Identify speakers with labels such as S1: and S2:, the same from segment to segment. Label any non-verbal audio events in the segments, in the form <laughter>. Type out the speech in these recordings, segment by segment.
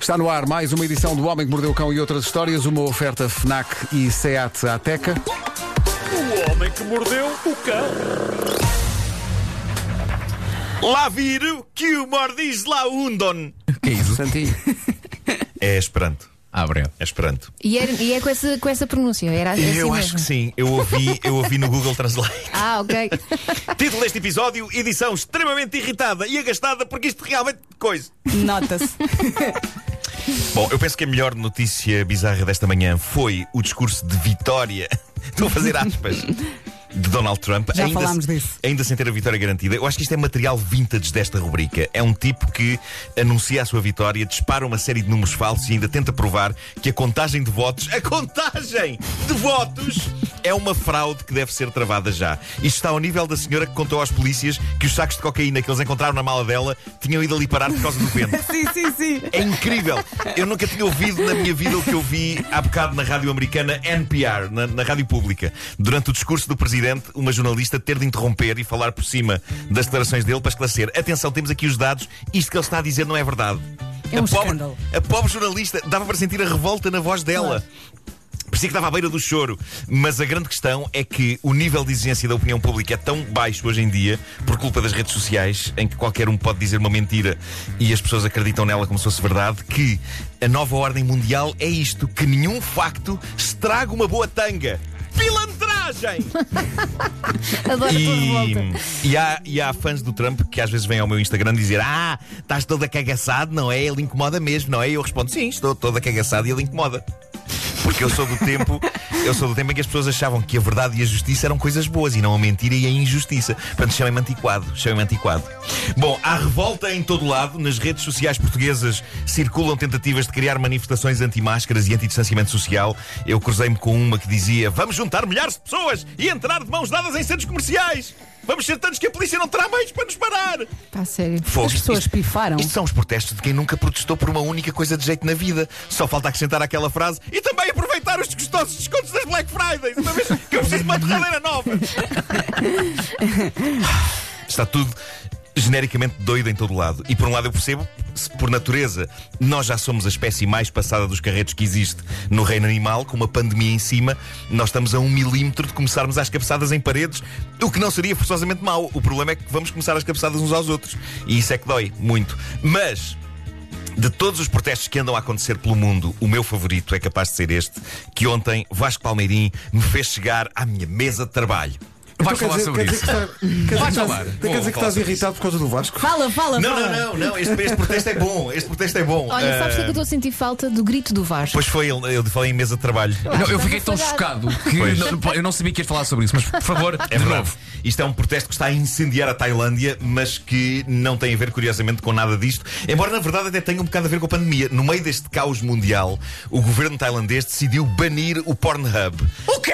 S1: Está no ar mais uma edição do Homem que Mordeu o Cão e outras histórias, uma oferta FNAC e SEAT Ateca.
S2: O homem que mordeu o cão. Lá viram que o mordis lá undon.
S3: Que é isso?
S1: Santinho.
S2: É esperanto.
S3: Ah, obrigado.
S2: É esperanto.
S4: E, era- e é com essa, com essa pronúncia, era assim
S2: eu
S4: mesmo.
S2: acho que sim. Eu ouvi, eu ouvi no Google
S4: <laughs>
S2: Translate.
S4: Ah,
S2: <laughs>
S4: ok.
S2: Título deste episódio: edição extremamente irritada e agastada porque isto realmente coisa.
S5: Nota-se.
S2: Bom, eu penso que a melhor notícia bizarra desta manhã foi o discurso de vitória. <laughs> Estou a fazer aspas. De Donald Trump,
S5: Já
S2: ainda,
S5: falámos
S2: se-
S5: disso.
S2: ainda sem ter a vitória garantida. Eu acho que isto é material vintage desta rubrica. É um tipo que anuncia a sua vitória, dispara uma série de números falsos e ainda tenta provar que a contagem de votos, a contagem de votos, é uma fraude que deve ser travada já. Isto está ao nível da senhora que contou às polícias que os sacos de cocaína que eles encontraram na mala dela tinham ido ali parar por causa do vento.
S5: <laughs> sim, sim, sim.
S2: É incrível. Eu nunca tinha ouvido na minha vida o que eu vi há bocado na rádio americana NPR, na, na rádio pública. Durante o discurso do presidente, uma jornalista ter de interromper e falar por cima das declarações dele para esclarecer. Atenção, temos aqui os dados. Isto que ele está a dizer não é verdade.
S5: É um
S2: a, pobre,
S5: escândalo.
S2: a pobre jornalista dava para sentir a revolta na voz dela. Parecia que estava à beira do choro. Mas a grande questão é que o nível de exigência da opinião pública é tão baixo hoje em dia, por culpa das redes sociais, em que qualquer um pode dizer uma mentira e as pessoas acreditam nela como se fosse verdade, que a nova ordem mundial é isto: que nenhum facto estraga uma boa tanga. Pilantragem!
S4: Adoro a tua revolta.
S2: E, e há, e há fãs do Trump que às vezes vêm ao meu Instagram dizer: Ah, estás todo acagaçado, não é? Ele incomoda mesmo, não é? E eu respondo: Sim, estou todo acagaçado e ele incomoda. Porque eu sou do tempo, eu sou do tempo em que as pessoas achavam que a verdade e a justiça eram coisas boas e não a mentira e a injustiça. Portanto, chamem-me antiquado, chamem-me antiquado. Bom, há revolta em todo lado, nas redes sociais portuguesas circulam tentativas de criar manifestações anti-máscaras e anti-distanciamento social. Eu cruzei-me com uma que dizia: "Vamos juntar milhares de pessoas e entrar de mãos dadas em centros comerciais. Vamos ser tantos que a polícia não terá meios para nos parar."
S4: Pá, sério.
S2: Fogo.
S5: As pessoas
S2: Isto-
S5: pifaram.
S2: Isto são os protestos de quem nunca protestou por uma única coisa de jeito na vida. Só falta acrescentar aquela frase e também aproveitar os gostosos descontos das Black Fridays, uma vez que eu preciso de uma torradeira nova. Está tudo genericamente doido em todo lado. E por um lado eu percebo, se por natureza, nós já somos a espécie mais passada dos carretos que existe no reino animal, com uma pandemia em cima, nós estamos a um milímetro de começarmos às cabeçadas em paredes, o que não seria forçosamente mau. O problema é que vamos começar às cabeçadas uns aos outros. E isso é que dói, muito. Mas. De todos os protestos que andam a acontecer pelo mundo, o meu favorito é capaz de ser este, que ontem Vasco Palmeirim me fez chegar à minha mesa de trabalho.
S3: Vais
S1: Então,
S3: falar
S1: quer dizer-
S3: sobre
S1: quer
S3: isso.
S1: dizer que está- quer dizer que estás- Quer
S3: falar. Vou
S1: dizer que
S3: falar
S1: estás
S3: sobre
S1: irritado por causa do Vasco?
S5: Fala, fala,
S2: Não,
S5: fala.
S2: não, não, não, este, este protesto é bom, este protesto é bom.
S4: Olha, sabes o que é
S2: Ah,
S4: que eu estou a sentir falta do grito do Vasco?
S2: Pois foi, ele- eu falei em mesa de trabalho.
S3: Não, eu fiquei
S2: é
S3: tão
S4: Estás
S3: chocado que
S2: Pois.
S3: não- eu não sabia que ias falar sobre isso, mas por favor,
S2: É
S3: de
S2: verdade.
S3: novo.
S2: Isto é um protesto que está a incendiar a Tailândia, mas que não tem a ver, curiosamente, com nada disto. Embora, na verdade, até tenha um bocado a ver com a pandemia. No meio deste caos mundial, o governo tailandês decidiu banir o Pornhub. O quê?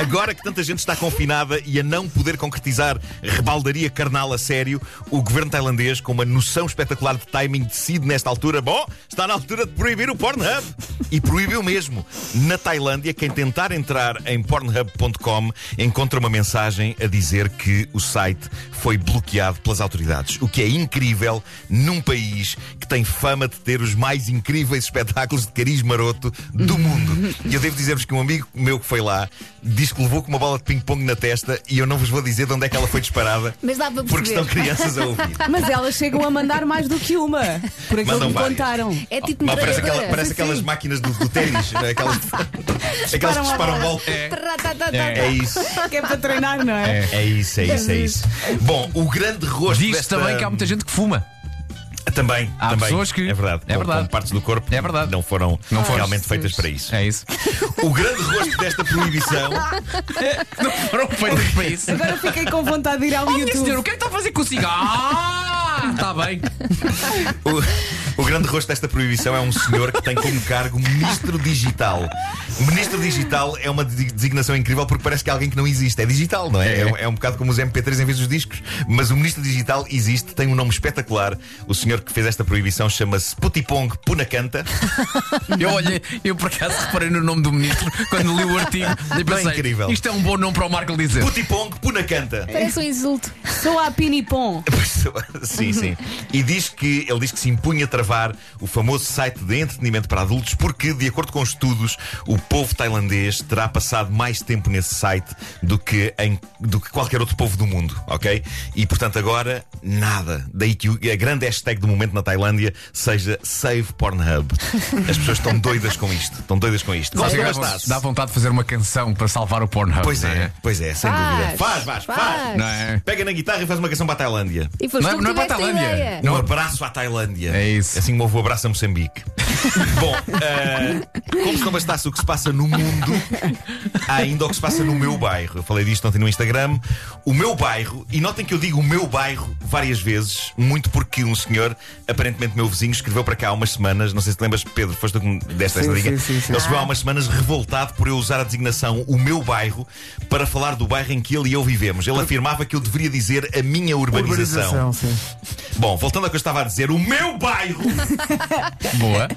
S2: Agora que tanta gente está confinada e a não poder concretizar rebaldaria carnal a sério, o governo tailandês, com uma noção espetacular de timing, decide nesta altura: bom, está na altura de proibir o Pornhub. E proibiu mesmo. Na Tailândia, quem tentar entrar em pornhub.com encontra uma mensagem a dizer que o site foi bloqueado pelas autoridades. O que é incrível num país que tem fama de ter os mais incríveis espetáculos de cariz maroto do mundo. E eu devo dizer-vos que um amigo meu que foi lá diz que levou com uma bola de ping-pong na testa e eu não vos vou dizer de onde é que ela foi disparada.
S4: <laughs> Mas dá para
S2: Porque
S4: perceber.
S2: estão crianças a ouvir.
S5: Mas elas chegam a mandar mais do que uma. Por
S2: Mandam
S5: aquilo que me
S2: várias.
S5: contaram.
S4: É tipo
S2: Mas oh, parece aquela-
S4: metralhadora.
S2: parece aquelas máquinas do, do ténis, não é?
S4: <laughs>
S2: aquelas, aquelas que
S5: a
S2: disparam
S5: bola.
S2: bola. É,
S4: Taratatatá.
S2: é isso.
S5: Que é para treinar, não é?
S2: É isso, é isso, é isso. Bom, o grande rosto.
S3: Diz
S2: desta...
S3: também que há muita gente que fuma.
S2: Também,
S3: Há
S2: também.
S3: pessoas que-
S2: É verdade.
S3: É
S2: com-
S3: verdade.
S2: com partes do corpo
S3: É verdade.
S2: não foram
S3: Não foram.
S2: realmente feitas para isso.
S3: É isso.
S2: O grande rosto desta proibição.
S3: <laughs> Não foram feitas
S2: <laughs>
S3: para isso.
S5: Agora fiquei com vontade de ir ao
S3: Olha, senhor,
S5: YouTube.
S3: o que é que está a fazer consigo? Ah, está bem.
S2: O, o grande rosto desta proibição é um senhor que tem como cargo ministro digital. Ministro digital é uma de- designação incrível porque parece que é alguém que não existe. É digital, não é? É, um- é um bocado como os MP3 em vez dos discos. Mas o ministro digital existe, tem um nome espetacular. O senhor que fez esta proibição chama-se Putipong
S3: <laughs>
S2: Punacanta.
S3: Eu olhei, eu por acaso reparei no nome do ministro quando li o artigo e pensei,
S2: incrível.
S3: isto é um bom nome para o Marco dizer.
S2: Putipong Punacanta.
S4: Parece um insulto.
S5: Sou a Pinipom.
S2: Sim, sim. E diz que ele diz que se impunha a travar o famoso site de entretenimento para adultos porque, de acordo com estudos, o povo tailandês terá passado mais tempo nesse site do que, em, do que qualquer outro povo do mundo, ok? E portanto agora nada. Daí que o- a grande hashtag do momento na Tailândia seja Save Pornhub. As pessoas estão doidas com isto. Estão doidas com isto. Mas
S3: Dá-
S2: lá
S3: é dá,
S2: está.
S3: dá vontade de fazer uma canção para salvar o Pornhub.
S2: Pois
S3: não
S2: é, pois é, sem
S4: Faz,
S2: dúvida. Faz, faz, faz.
S4: faz.
S3: Não é?
S2: Pega na guitarra e faz uma canção para a Tailândia.
S4: E foste
S3: Não é-
S4: tu que
S3: não é para a
S4: tiveste a
S3: Tailândia.
S4: ideia.
S2: Um
S3: Não.
S2: abraço à Tailândia.
S3: É isso.
S2: Assim como houve o abraço a Moçambique. <laughs> Bom, eh, como se não bastasse o que se passa no mundo, há ainda o que se passa no meu bairro. Eu falei disto ontem no Instagram. O meu bairro, e notem que eu digo o meu bairro várias vezes, muito porque um senhor, aparentemente meu vizinho, escreveu para cá há umas semanas, não sei se te lembras, Pedro, foste tu que me deste
S1: Sim,
S2: esta dica.
S1: sim, sim, sim.
S2: Ele escreveu há umas semanas revoltado por eu usar a designação o meu bairro para falar do bairro em que ele e eu vivemos. Ele afirmava que eu deveria dizer a minha urbanização.
S1: sim.
S2: Bom, voltando ao que eu estava a dizer, o meu bairro, é.
S3: Boa.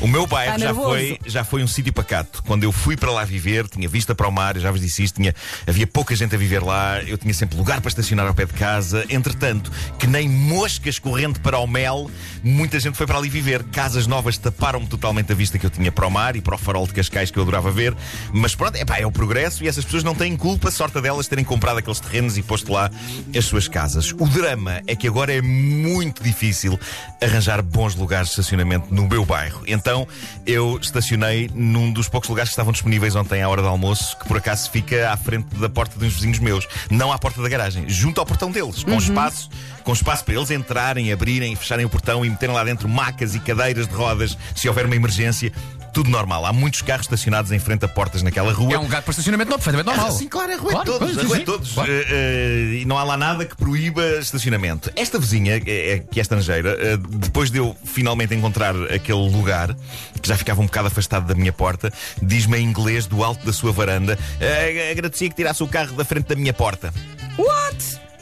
S2: o meu bairro
S5: Tá
S2: já
S5: nervoso.
S2: foi, já foi um sítio pacato. Quando eu fui para lá viver, tinha vista para o mar, eu já vos disse isto, tinha, havia pouca gente a viver lá, eu tinha sempre lugar para estacionar ao pé de casa. Entretanto, que nem moscas correndo para o mel, muita gente foi para ali viver. Casas novas taparam-me totalmente a vista que eu tinha para o mar e para o farol de Cascais que eu adorava ver. Mas pronto, epá, é o progresso e essas pessoas não têm culpa, sorte delas terem comprado aqueles terrenos e posto lá as suas casas. O drama é que agora é muito difícil arranjar bons lugares de estacionamento no meu bairro. Então eu estacionei num dos poucos lugares que estavam disponíveis ontem à hora do almoço, que por acaso fica à frente da porta de uns vizinhos meus, não à porta da garagem, junto ao portão deles,
S3: Uhum.
S2: com espaço, com espaço para eles entrarem, abrirem, fecharem o portão e meterem lá dentro macas e cadeiras de rodas se houver uma emergência. Tudo normal. Há muitos carros estacionados em frente a portas naquela rua.
S3: É um lugar para estacionamento não, perfeitamente normal.
S2: Sim, claro, é rua de todos.
S3: pois,
S2: é rua de
S3: sim,
S2: todos.
S3: claro.
S2: Eh, eh, E não há lá nada que proíba estacionamento. Esta vizinha, eh, eh, que é estrangeira, eh, depois de eu finalmente encontrar aquele lugar, que já ficava um bocado afastado da minha porta, diz-me em inglês, do alto da sua varanda, "Eh, agradecia que tirasse o carro da frente da minha porta.
S5: What?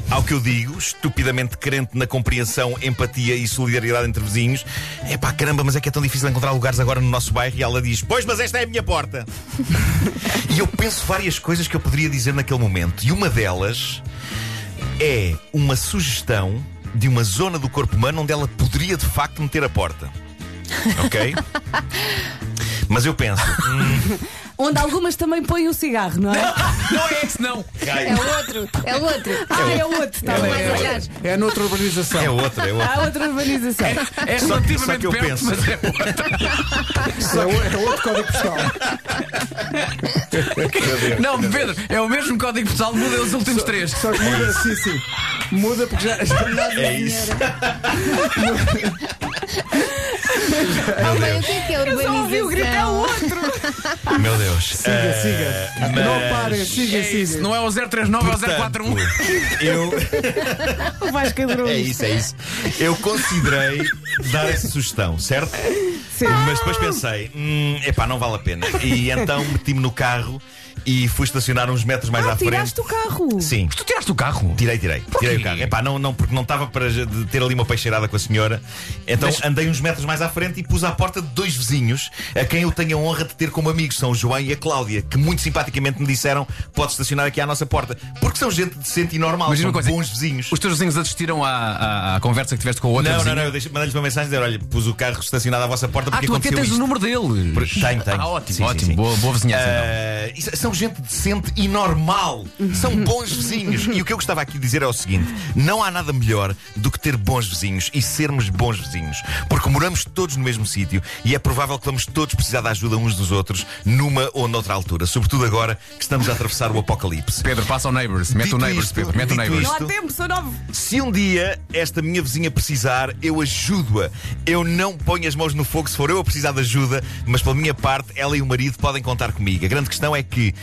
S2: Ao que eu digo, estupidamente crente na compreensão, empatia e solidariedade entre vizinhos, é pá, caramba, mas é que é tão difícil encontrar lugares agora no nosso bairro. E ela diz: Pois, mas esta é a minha porta. e eu penso várias coisas que eu poderia dizer naquele momento. E uma delas é uma sugestão de uma zona do corpo humano onde ela poderia de facto meter a porta. Ok? mas eu penso:
S5: Onde algumas também põem o cigarro, não é?
S3: Não é esse, não.
S4: É
S2: raio,
S4: outro,
S2: <laughs>
S4: é outro.
S5: Ah, é outro, está bem. Ah,
S4: Mais
S2: outra.
S4: atrás.
S1: É noutra urbanização.
S2: é outra, é outra.
S5: Há outra urbanização.
S3: É
S2: Só que- só que
S3: relativamente
S2: eu
S3: perto,
S2: penso.
S3: mas é
S1: É o- é outro código postal.
S3: Não, Pedro, é o mesmo código postal, muda os últimos três.
S1: Só que muda, sim, sim. Muda porque já. já
S2: É isso.
S4: Ah, bem, o que é que é
S5: Eu só ouvi o grito, é o
S4: urbanização?
S5: outro. tá.
S2: Meu Deus.
S1: siga,
S2: Eh,
S1: siga. Não parem, siga,
S3: É isso,
S1: siga.
S3: não é o 039, é o 041.
S2: Portanto, <laughs> Eu.
S5: O Vasco adorou.
S2: É isso, é isso. Eu considerei dar essa sugestão, certo?
S5: Sim.
S2: Mas depois pensei, hum, epá, não vale a pena. E então meti-me no carro e fui estacionar uns metros mais
S5: Ah,
S2: à frente.
S5: tiraste o carro.
S2: Sim.
S3: Tu tiraste o carro?
S2: Tirei, tirei. Tirei o carro. Epá, não, não, porque não estava para já de ter ali uma peixeirada com a senhora. Então andei uns metros mais à frente e pus à porta de dois vizinhos a quem eu tenho a honra de ter como amigos. São o João e a Cláudia, que muito simpaticamente me disseram: pode estacionar aqui à nossa porta. Porque são gente decente e normal,
S3: Mas diz
S2: são
S3: uma coisa,
S2: bons vizinhos.
S3: Os teus vizinhos assistiram à, à- à conversa que tiveste com a outra
S2: Não, não,
S3: vizinha?
S2: não, eu deixei- mandei-lhes uma mensagem dizer: olha, pus o carro estacionado à vossa porta
S3: Ah,
S2: porque
S3: tu até
S2: aconteceu
S3: tens
S2: isto.
S3: o número deles.
S2: Porque- Tenho, tenho.
S3: Ah, ótimo,
S2: Sim, sim,
S3: ótimo.
S2: sim.
S3: Boa, boa vizinhança. então.
S2: Ah, isso- são gente decente e normal. São bons vizinhos. E o que eu gostava aqui de dizer é o seguinte: não há nada melhor do que ter bons vizinhos e sermos bons vizinhos. Porque moramos todos no mesmo sítio e é provável que vamos todos precisar da ajuda uns dos outros numa ou noutra altura. Sobretudo agora que estamos a atravessar o apocalipse.
S3: Pedro, passa ao Neighbours. Mete
S2: Dito
S3: o Neighbours,
S2: isto,
S3: Pedro. Mete o
S2: dito
S3: Neighbours.
S5: Não há
S2: isto.
S5: tempo, são nove.
S2: Se um dia esta minha vizinha precisar, eu ajudo-a. Eu não ponho as mãos no fogo se for eu a precisar de ajuda, mas pela minha parte, ela e o marido podem contar comigo. A grande questão é que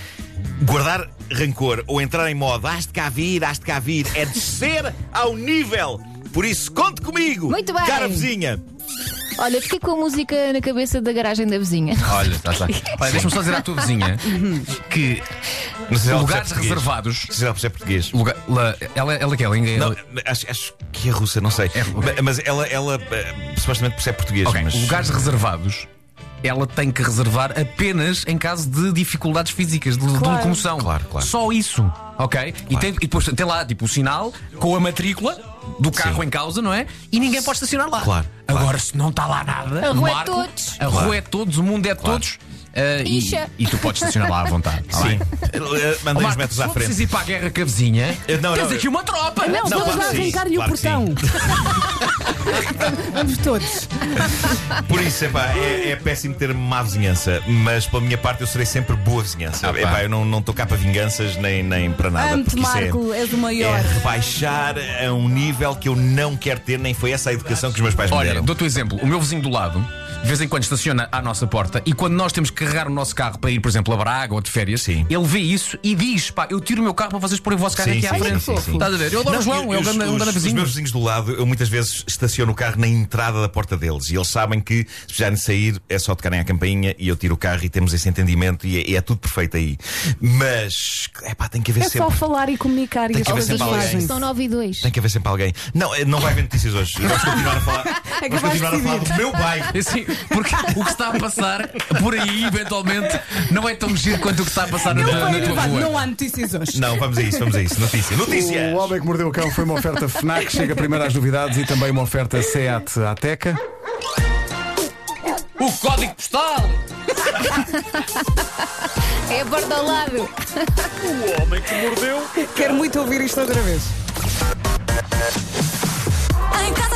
S2: guardar rancor ou entrar em modo has de cá vir, has de cá vir, é descer ao nível. Por isso, conte comigo,
S4: Muito bem.
S2: cara vizinha.
S4: Olha, fiquei com a música na cabeça da garagem da vizinha.
S3: Olha, tá, tá. Olha, deixa-me só dizer à tua vizinha
S2: Uhum.
S3: que
S2: Não sei se ela percebe
S3: lugares
S2: português.
S3: reservados.
S2: Se ela percebe português.
S3: Lugar, la- ela, ela que é linda.
S2: Não, acho, acho que é russa, não sei. Ma- Mas ela, ela eh, supostamente percebe português.
S3: Ok,
S2: mas... eh,
S3: Lugares reservados, ela tem que reservar apenas em caso de dificuldades físicas, de, de
S5: Claro.
S3: locomoção.
S2: Claro, claro.
S3: Só isso, ok? E, tem- e depois tem lá, tipo, o sinal com a matrícula do carro em causa, não é? E ninguém pode estacionar lá.
S2: Claro, claro.
S3: Agora, se não está lá nada,
S4: A rua é
S3: Marco,
S4: todos.
S3: A rua é todos, o mundo é de todos. eh, e-
S4: Incha.
S3: e, tu podes estacionar lá à vontade. tá
S2: Sim.
S3: bem?
S2: Eh,
S3: Ó,
S2: Mandei os
S3: Marco,
S2: metros
S3: se
S2: à
S3: não
S2: frente.
S3: precisas ir para a guerra com a vizinha,
S2: Eh, não,
S3: tens
S2: não,
S3: aqui uma tropa.
S5: Não,
S2: Não,
S5: vamos
S2: claro
S5: lá
S2: que sim,
S5: arrancar-lhe o
S2: claro que
S5: portão.
S2: sim.
S5: Vamos todos.
S2: Por isso, epá, é, é péssimo ter má vizinhança, mas pela minha parte eu serei sempre boa vizinhança.
S3: Ah, pá.
S2: Epá, eu não estou cá para vinganças nem, nem para nada.
S5: Ante
S2: porque isso é-
S5: Marco, és o maior.
S2: É rebaixar a um nível que eu não quero ter, nem foi essa a educação que os meus pais me
S3: Olha,
S2: deram.
S3: dou-te um exemplo. O meu vizinho do lado, de vez em quando, estaciona à nossa porta e quando nós temos que carregar o nosso carro para ir, por exemplo, a Braga ou de férias,
S2: Sim.
S3: ele vê isso e diz: pá, eu tiro o meu carro para vocês porem o vosso carro
S2: Sim,
S3: aqui
S2: sim,
S3: à frente.
S2: sim, sim, sim.
S3: Estás a ver? Eu adoro o João, é um
S2: os-
S3: grande, é um
S2: os-
S3: grande
S2: Os
S3: vizinho. <laughs>
S2: meus vizinhos do lado, eu muitas vezes estaciono o carro na entrada da porta deles e eles sabem que se precisarem de sair é só tocarem a campainha e eu tiro o carro e temos esse entendimento e é, e é tudo perfeito aí. Mas, é pá, tem que haver
S5: É só
S2: sempre.
S5: falar e comunicar e
S2: Tem
S5: as
S2: que haver
S5: coisas
S2: sempre alguém.
S5: fazem.
S4: São 9 e 2.
S2: Tem que haver sempre alguém. Não, eh, não vai haver notícias hoje. Vamos continuar a
S5: <laughs>
S2: falar, vamos
S5: Acabaste
S2: continuar a
S5: é de
S2: falar do meu bairro.
S3: Assim, porque o que está a passar por aí, eventualmente, não é tão giro quanto o que está a passar na, na tua rua.
S5: Não há notícias hoje.
S2: Não, vamos a isso, vamos a isso. Notícia,
S1: O
S2: notícias!
S1: Homem que Mordeu o Cão foi uma oferta FNAC, chega primeiro às novidades e também uma oferta SEAT Ateca.
S3: O código postal!
S4: É bordalado.
S5: Quero muito ouvir isto outra vez.
S6: Em casa,